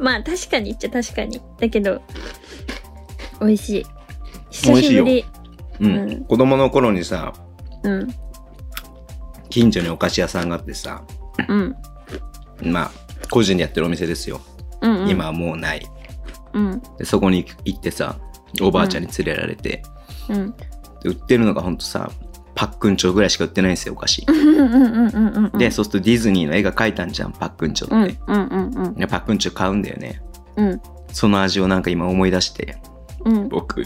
Speaker 2: う。
Speaker 1: まあ確かにっちゃ確かにだけど美味しい
Speaker 2: 美
Speaker 1: 久
Speaker 2: 味しい
Speaker 1: し
Speaker 2: よ
Speaker 1: ぶり
Speaker 2: うん。
Speaker 1: うん
Speaker 2: 子供の頃にさ、
Speaker 1: うん
Speaker 2: 近所にお菓子屋さんがあってさ、
Speaker 1: うん
Speaker 2: まあ、個人でやってるお店ですよ。
Speaker 1: うんうん
Speaker 2: 今はもうない。
Speaker 1: うん
Speaker 2: でそこに行ってさ、おばあちゃんに連れられて、
Speaker 1: うん
Speaker 2: で売ってるのがほんとさパックンチョぐらいしか売ってないんですよお菓子、
Speaker 1: うんうんうんうんうんうん
Speaker 2: でそうするとディズニーの絵が描いたんじゃんパックンチョ
Speaker 1: うんう
Speaker 2: っ
Speaker 1: ん
Speaker 2: て、
Speaker 1: うんうん
Speaker 2: でパックンチョ買うんだよね
Speaker 1: うん
Speaker 2: その味をなんか今思い出して
Speaker 1: うん
Speaker 2: 僕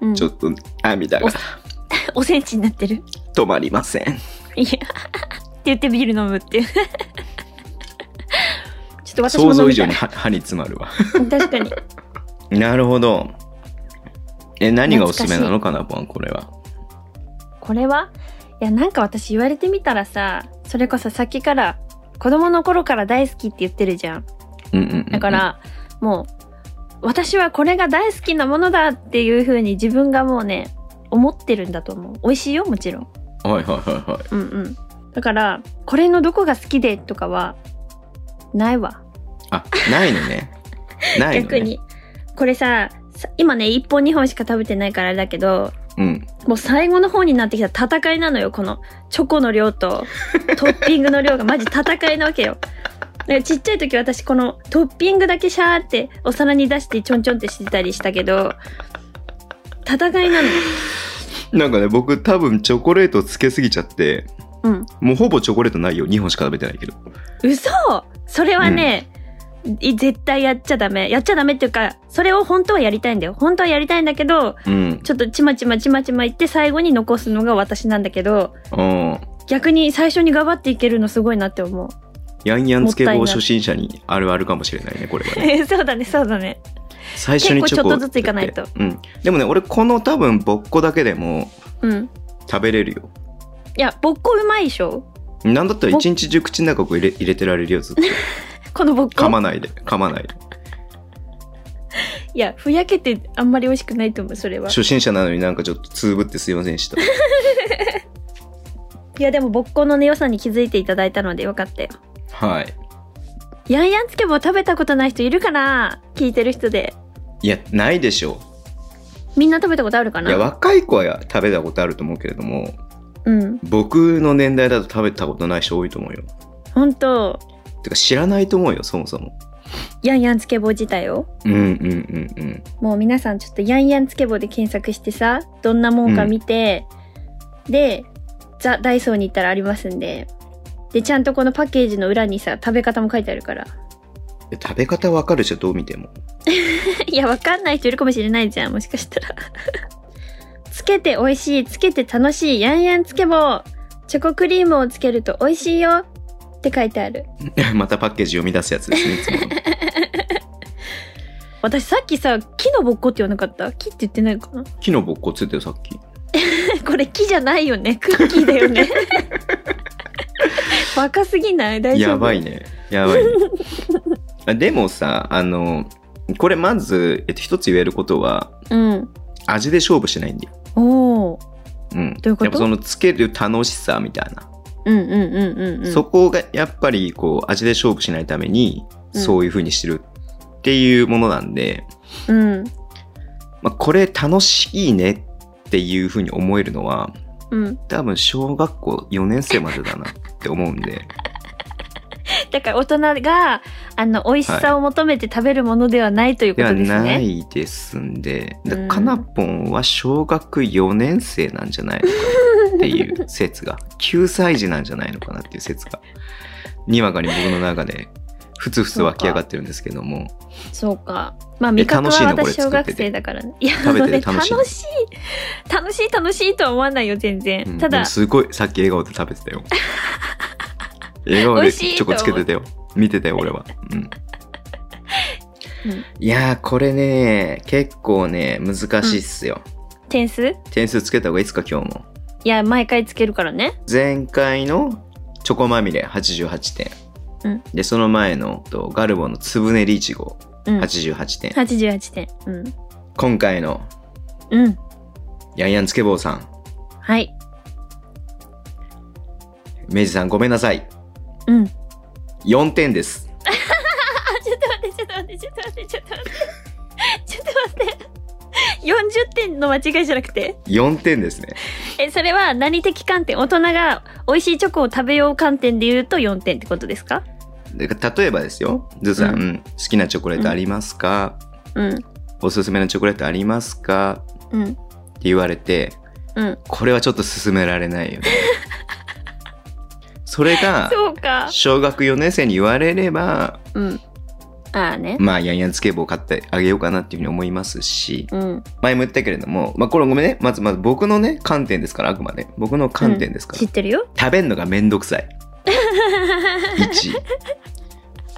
Speaker 1: うん
Speaker 2: ちょっと涙が
Speaker 1: おセンチになってる
Speaker 2: 止まりません
Speaker 1: いや、って言ってビール飲むって いう。ちょっと私も
Speaker 2: 想
Speaker 1: 飲
Speaker 2: 像
Speaker 1: み
Speaker 2: 以
Speaker 1: た
Speaker 2: 上
Speaker 1: い
Speaker 2: に歯 歯に詰まるわ
Speaker 1: 確かに。
Speaker 2: なるほどえ何がおすすめなのかなポンこれは
Speaker 1: これはいや、なんか私言われてみたらさ、それこそさっきから、子供の頃から大好きって言ってるじゃん。
Speaker 2: うんうんうんうん
Speaker 1: だから、もう、私はこれが大好きなものだっていう風に自分がもうね、思ってるんだと思う。美味しいよ、もちろん。
Speaker 2: はいはいはいはい
Speaker 1: うんうん。だから、これのどこが好きでとかは、ないわ。
Speaker 2: あないの ねないのね
Speaker 1: 逆にこれささ今ね1本2本しか食べてないからあれだけど
Speaker 2: うん
Speaker 1: もう最後の方になってきた戦いなのよこのチョコの量とトッピングの量がマジ戦いなわけよだからちっちゃい時私このトッピングだけシャーってお皿に出してちょんちょんってしてたりしたけど戦いなのよ
Speaker 2: なんかね僕多分チョコレートつけすぎちゃって
Speaker 1: うん
Speaker 2: もうほぼチョコレートないよ2本しか食べてないけど
Speaker 1: 嘘それはね、い絶対やっちゃダメやっちゃダメっていうかそれを本当はやりたいんだよ本当はやりたいんだけど
Speaker 2: うん
Speaker 1: ちょっとちまちまちまちま言って最後に残すのが私なんだけど、
Speaker 2: うん。
Speaker 1: 逆に最初に頑張っていけるのすごいなって思う。
Speaker 2: ヤンヤンつけ
Speaker 1: も
Speaker 2: 棒
Speaker 1: ったいない
Speaker 2: 初心者にあるあるかもしれないね、これは ね。
Speaker 1: そうだね、そうだね。
Speaker 2: 最初にチョコ
Speaker 1: 結構ちょっとずついかないと
Speaker 2: うん。でもね、俺この多分、ぼっこだけでも
Speaker 1: うん。
Speaker 2: 食べれるよ。
Speaker 1: いや、ぼっこうまいでしょ
Speaker 2: なんだったら一日中口の中こう入れ入れてられるよ、ずっと。
Speaker 1: このぼっこ。
Speaker 2: 噛まないで、噛まないで。
Speaker 1: いや、ふやけてあんまり美味しくないと思う、それは。
Speaker 2: 初心者なのになんかちょっとつぶってすいませんでした。
Speaker 1: いやでもぼっこのね良さに気づいていただいたのでよかったよ
Speaker 2: はい。
Speaker 1: ヤンヤンつけ棒食べたことない人いるかな聞いてる人で
Speaker 2: いや、ないでしょ
Speaker 1: みんな食べたことあるか
Speaker 2: う。
Speaker 1: ない
Speaker 2: や、若い子は食べたことあると思うけれども、
Speaker 1: うん
Speaker 2: 僕の年代だと食べたことない人多いと思うよ。
Speaker 1: 本当
Speaker 2: てか知らないと思うよ、そもそも。
Speaker 1: ヤンヤンつけ棒自体を
Speaker 2: うんうんうんうん。
Speaker 1: もう皆さんちょっとヤンヤンつけ棒で検索してさどんなもんか見て、でザ・ダイソーに行ったらありますんででちゃんとこのパッケージの裏にさ食べ方も書いてあるから
Speaker 2: で食べ方わかるでしょ、どう見ても。
Speaker 1: いやわかんない人いるかもしれないじゃんもしかしたら つけて美味しいつけて楽しいヤンヤンつけ棒チョコクリームをつけると美味しいよって書いてある
Speaker 2: またパッケージ読み出すやつですね、い つもの。
Speaker 1: 私さっきさ木のぼっこって言わなかった木って言ってないかな
Speaker 2: 木のぼっこついてよ、さっき。
Speaker 1: これ木じゃないよねクッキーだよ ね若すぎない大丈夫
Speaker 2: やばいね。やば いね。あでもさ、あの、これまず、えっと、一つ言えることは、
Speaker 1: うん。
Speaker 2: 味で勝負しないんだよ。
Speaker 1: おお。
Speaker 2: うん。
Speaker 1: どういうこと
Speaker 2: やっぱそのつける楽しさみたいな。
Speaker 1: うんうんうんうんうん。
Speaker 2: そこがやっぱりこう、味で勝負しないために、
Speaker 1: うん
Speaker 2: そういう風にしてるっていうものなんで、
Speaker 1: うん。
Speaker 2: まあ、これ楽しいねっていう風に思えるのは、
Speaker 1: うん。
Speaker 2: 多分小学校4年生までだなって思うんで、
Speaker 1: だから大人が、あの、美味しさを求めて食べるものではないというこ
Speaker 2: では
Speaker 1: とですね。
Speaker 2: ないですんで、だ
Speaker 1: うん
Speaker 2: かなぽんは小学4年生なんじゃないのかなっていう説 が、9歳児なんじゃないのかなっていう説が、にわかに僕の中で、ふつふつ湧き上がってるんですけども、
Speaker 1: そうか。まあ、味覚
Speaker 2: 楽しい
Speaker 1: は
Speaker 2: のこれ
Speaker 1: 私小
Speaker 2: 作
Speaker 1: 学
Speaker 2: ってて
Speaker 1: 生だからね。いや、
Speaker 2: 食べてて
Speaker 1: あのね
Speaker 2: 楽しいの
Speaker 1: 楽しい。楽しい、楽しいとは思わないよ、全然。
Speaker 2: うん
Speaker 1: た
Speaker 2: で
Speaker 1: だ
Speaker 2: も、すごい、さっき笑顔で食べ てたよ。笑顔
Speaker 1: 美
Speaker 2: で
Speaker 1: 味しい
Speaker 2: チョコつけてたよ。見てたよ、俺は。うん
Speaker 1: うん
Speaker 2: いやー、これね、結構ね、難しいっすよ。
Speaker 1: 点数
Speaker 2: 点数つけた方がいいっすか、今日も。
Speaker 1: いや、毎回つけるからね。
Speaker 2: 前回のチョコまみれ88点、
Speaker 1: うん
Speaker 2: でその前のとガルボのつぶねりいちご
Speaker 1: うん。
Speaker 2: 88点、
Speaker 1: 88点。
Speaker 2: 今回の
Speaker 1: うん。うん。
Speaker 2: ヤンヤンつけ坊さん
Speaker 1: はい。
Speaker 2: 明治さんごめんなさい
Speaker 1: うん。
Speaker 2: 4点です
Speaker 1: あちょっと待って、ちょっと待って、ちょっと待って、ちょっと待って。ちょっと待って。40点の間違いじゃなくて。
Speaker 2: 4点ですね
Speaker 1: え、それは何的観点大人が美味しいチョコを食べよう観点で言うと4点ってことですか
Speaker 2: で例えばですよズーさん、
Speaker 1: うん
Speaker 2: うん好きなチョコレートありますか、
Speaker 1: うん。
Speaker 2: おすすめのチョコレートありますか
Speaker 1: うん。
Speaker 2: って言われて
Speaker 1: うん。
Speaker 2: これはちょっと勧められない よねそれが
Speaker 1: そうか。
Speaker 2: 小学4年生に言われれば
Speaker 1: うん。ああね。
Speaker 2: まあ、ヤンヤンつけ棒買ってあげようかなっていうふうに思いますし、
Speaker 1: うん。
Speaker 2: 前も言ったけれども、まあ、これごめんね。まず、まず僕のね、観点ですから、あくまで。僕の観点ですから。
Speaker 1: 知ってるよ。
Speaker 2: 食べるのがめんどく さい。1。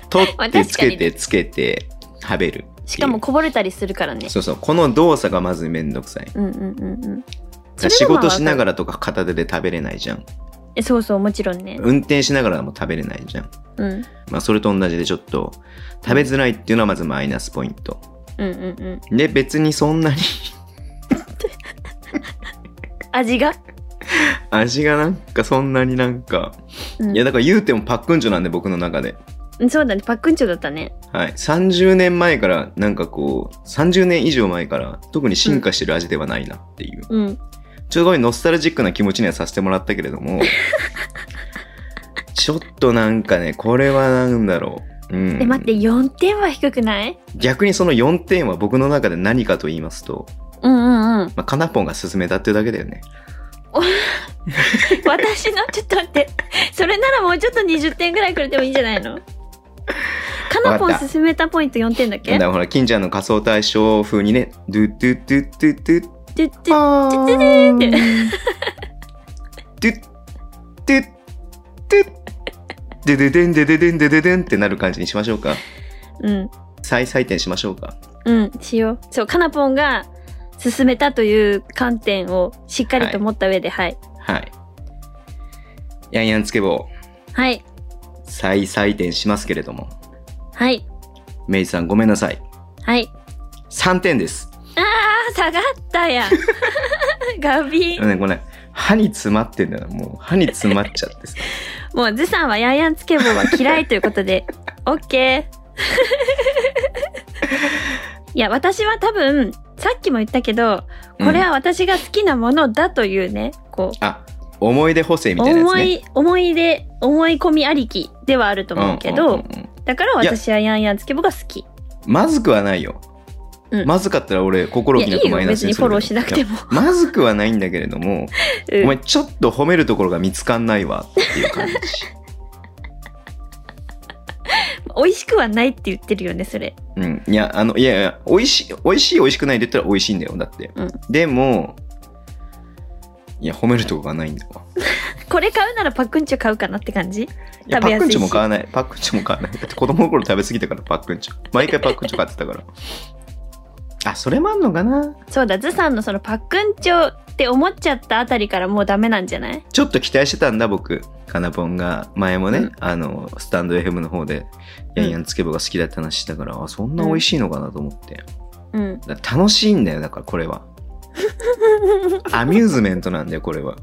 Speaker 2: 取
Speaker 1: まあ
Speaker 2: ってつけ
Speaker 1: 確か
Speaker 2: てつけて食べる。
Speaker 1: しかも、こぼれたりするからね。
Speaker 2: そうそう。この動作がまずめんどくさい。
Speaker 1: うんうんうんうん。それは
Speaker 2: 仕事しながらとか片手で食べれないじゃん。
Speaker 1: え、そうそう、もちろんね。
Speaker 2: 運転しながらも食べれないじゃん。
Speaker 1: うん。
Speaker 2: まあ、それと同じでちょっと、食べづらいっていうのはまずマイナスポイント。
Speaker 1: うんうんうん。
Speaker 2: で、別にそんなに
Speaker 1: 味が
Speaker 2: 味がなんかそんなになんか、
Speaker 1: うん
Speaker 2: いやだから言うてもパックンジョなんで僕の中で、
Speaker 1: うんそうだね。パックンチョだったね。
Speaker 2: はい、30年前からなんかこう30年以上前から特に進化してる味ではないなっていう、
Speaker 1: うん。
Speaker 2: ちょっとごめんノスタルジックな気持ちにはさせてもらったけれ どもちょっとなんかねこれはなんだろう、うん、
Speaker 1: え、待って、4点は低くない
Speaker 2: 逆にその4点は僕の中で何かと言いますと、
Speaker 1: うんうんうん。
Speaker 2: まあ、かなぽんが勧めたっていうだけだよね
Speaker 1: 私のちょっと待ってそれならもうちょっと20点ぐらいくれてもいいんじゃないのかなぽ
Speaker 2: わかっ
Speaker 1: ん
Speaker 2: た
Speaker 1: 進めたポイント4点だっ
Speaker 2: だ
Speaker 1: け
Speaker 2: からほら金ちゃんの仮想対象風にねドゥドゥドゥドゥドゥ
Speaker 1: でで
Speaker 2: ててててててででんでででんでででんってなる感じにしましょうか
Speaker 1: うん
Speaker 2: 再採点しましょうか
Speaker 1: うんしようそうかなぽんが進めたという観点をしっかりと持った上ではい
Speaker 2: はいヤンヤンつけ棒
Speaker 1: はい
Speaker 2: 再採点しますけれども
Speaker 1: はい
Speaker 2: メイさんごめんなさい
Speaker 1: はい
Speaker 2: 3点です
Speaker 1: あー下がったやん ガビ
Speaker 2: ねごめん歯に詰まってんだなもう歯に詰まっちゃってさ
Speaker 1: もうズさんはヤンヤンつけ棒は嫌いということ で OK いや私は多分さっきも言ったけどこれは私が好きなものだというね、こう
Speaker 2: あ思い出補正みたいなやつ
Speaker 1: 思
Speaker 2: ね
Speaker 1: い思い出思い込みありきではあると思うけど、
Speaker 2: んんうん
Speaker 1: だから私はヤンヤンつけ棒が好き
Speaker 2: まずくはないよ、
Speaker 1: うん
Speaker 2: まずかったら俺心
Speaker 1: い
Speaker 2: 置き
Speaker 1: や
Speaker 2: ない
Speaker 1: い
Speaker 2: く
Speaker 1: よ
Speaker 2: マイナス
Speaker 1: 別
Speaker 2: に
Speaker 1: に
Speaker 2: す
Speaker 1: フォ
Speaker 2: る
Speaker 1: ローしなくても、
Speaker 2: いやまずくはないんだけれども、
Speaker 1: うん
Speaker 2: お前ちょっと褒めるところが見つかんないわっていう 感じ
Speaker 1: 美味しくはないって言ってるよねそれ
Speaker 2: うんいやあのいやいや美味しい美味しい美味しくないで言ったら美味しいんだよだって、
Speaker 1: うん
Speaker 2: でもいや褒めるとこがないんだわ
Speaker 1: これ買うならパックンチョ買うかなって感じ
Speaker 2: いや
Speaker 1: 食べ
Speaker 2: パッ
Speaker 1: や
Speaker 2: ク
Speaker 1: すいし
Speaker 2: ンチョも買わないパックンチョも買わないだって子供の頃食べ過ぎたからパックンチョ毎回パックンチョ買ってたからあそれもあんのかな
Speaker 1: そうだズさんのそのパックンチョって思っちゃったあたりからもうダメなんじゃない
Speaker 2: ちょっと期待してたんだ僕カナポンが前もね、
Speaker 1: うん
Speaker 2: あのスタンド FM の方で
Speaker 1: うん
Speaker 2: ヤンヤンつけ棒が好きだって話したから、あそんな美味しいのかなと思って、
Speaker 1: うん
Speaker 2: だから楽しいんだよだからこ れはアミューズメントなんだよこれは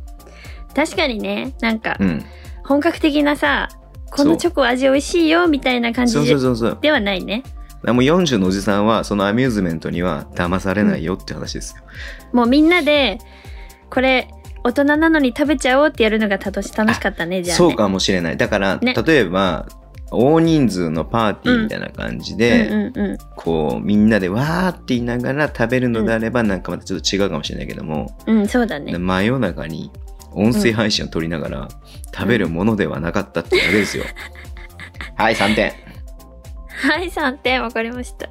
Speaker 1: 確かにねなんか
Speaker 2: うん
Speaker 1: 本格的なさこのチョコ味美味しいよみたいな感じ
Speaker 2: そうそうそうそうだか
Speaker 1: ではないね
Speaker 2: らもう40のおじさんはそのアミューズメントには騙されないよって話ですよ、
Speaker 1: もうみんなでこれ大人なのに食べちゃおうってやるのが楽し楽しかったねじゃあ、ね、
Speaker 2: そうかもしれないだから、
Speaker 1: ね
Speaker 2: 例えば大人数のパーティーみたいな感じ
Speaker 1: うん
Speaker 2: で、
Speaker 1: うんうん
Speaker 2: こうみんなでわーって言いながら食べるのであれば、なんかまたちょっと違うかもしれないけども、
Speaker 1: うん、そうだね。
Speaker 2: 真夜中に音声配信を撮りながら、食べるものではなかったってだけですよ、はい3点
Speaker 1: はい、3点分かりました。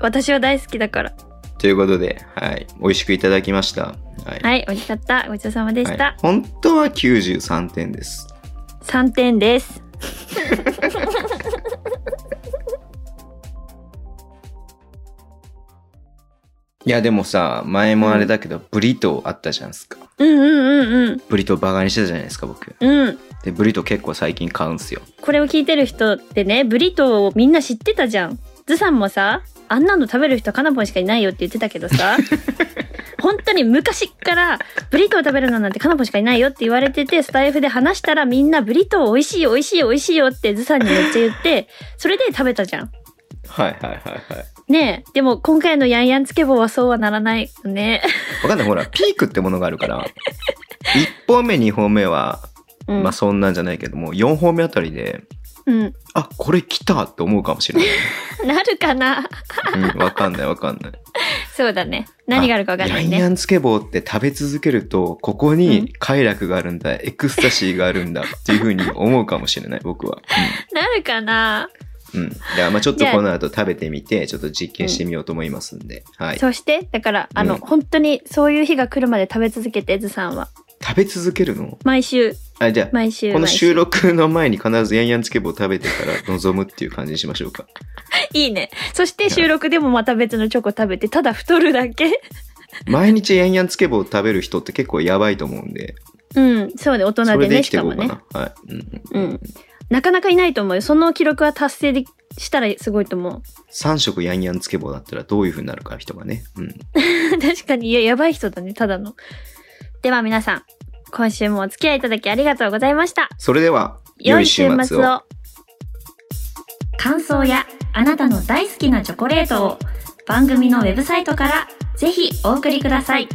Speaker 1: 私は大好きだから。
Speaker 2: ということで、はい、美味しくいただきましたはい、
Speaker 1: はい、美味しかった。ごちそうさまでし
Speaker 2: はい
Speaker 1: た。
Speaker 2: 本当は93点です
Speaker 1: 3点です。
Speaker 2: いやでもさ前もあれだけど、ブリトーあったじゃないですか
Speaker 1: うんうんうん
Speaker 2: ブリトーバカにしてたじゃないですか僕
Speaker 1: うん。うん。
Speaker 2: でブリトー結構最近買うんすよ
Speaker 1: これを聞いてる人ってね、ブリトーをみんな知ってたじゃん。ズさんもさ、あんなの食べる人カナポンしかいないよって言ってたけど さ、本当に昔っからブリトーを食べるのなんてカナポンしかいないよって言われてて、スタイフで話したらみんなブリトー美味しい美味しい美味しいよってズさんにめっちゃ言って、それで食べたじゃん。
Speaker 2: はいはいはいはい
Speaker 1: ねえ、でも今回のヤンヤンつけ棒はそうはならないね。
Speaker 2: わかんないほらピークってものがある から1本目2本目は
Speaker 1: うん。
Speaker 2: まあそんなんじゃないけども4本目あたりで
Speaker 1: うん。
Speaker 2: あこれ来たって思うかもしれ
Speaker 1: なるかな
Speaker 2: ない、うん、わかんないわかんない
Speaker 1: そうだね。何があるかわかんない
Speaker 2: ヤンヤ
Speaker 1: ね。
Speaker 2: ンつけ棒って食べ続けるとここに快楽があるんだ、エクスタシーがあるんだっていうふうに思うかもしれ ない僕は
Speaker 1: なるかな
Speaker 2: うん、うん、じゃあまあちょっとこの後食べてみてちょっと実験してみようと思いますんで、はい
Speaker 1: そして、だから、あの、
Speaker 2: うん
Speaker 1: 本当にそういう日が来るまで食べ続けて、ズさんは。
Speaker 2: 食べ続けるの
Speaker 1: 毎週、
Speaker 2: あじゃあ
Speaker 1: 毎週。
Speaker 2: この
Speaker 1: 毎週
Speaker 2: 収録の前に必ずヤンヤンつけ棒食べてから臨むっていう感じにしまし ょうか。
Speaker 1: いいね。そして収録でもまた別のチョコ食べて、ただ太るだけ。
Speaker 2: 毎日ヤンヤンつけ棒食べる人って結構やばいと思うんで、
Speaker 1: うん、そうね。大人
Speaker 2: そ
Speaker 1: で
Speaker 2: れで
Speaker 1: ね、
Speaker 2: 生き
Speaker 1: して
Speaker 2: い
Speaker 1: か
Speaker 2: こ
Speaker 1: も
Speaker 2: うか
Speaker 1: ね。
Speaker 2: な。はい。うん
Speaker 1: う。ん。なかなかいないと思うよ。その記録は達成でしたらすごいと思う。
Speaker 2: 3食ヤンヤンつけ棒だったらどういう風になるか人がね。うん。
Speaker 1: 確かに、いや、やばい人だね、ただの。では皆さん、今週もお付き合いいただきありがとうございました。
Speaker 2: それでは、
Speaker 1: 良い週末を。感想やあなたの大好きなチョコレートを番組のウェブサイトからぜひお送りください。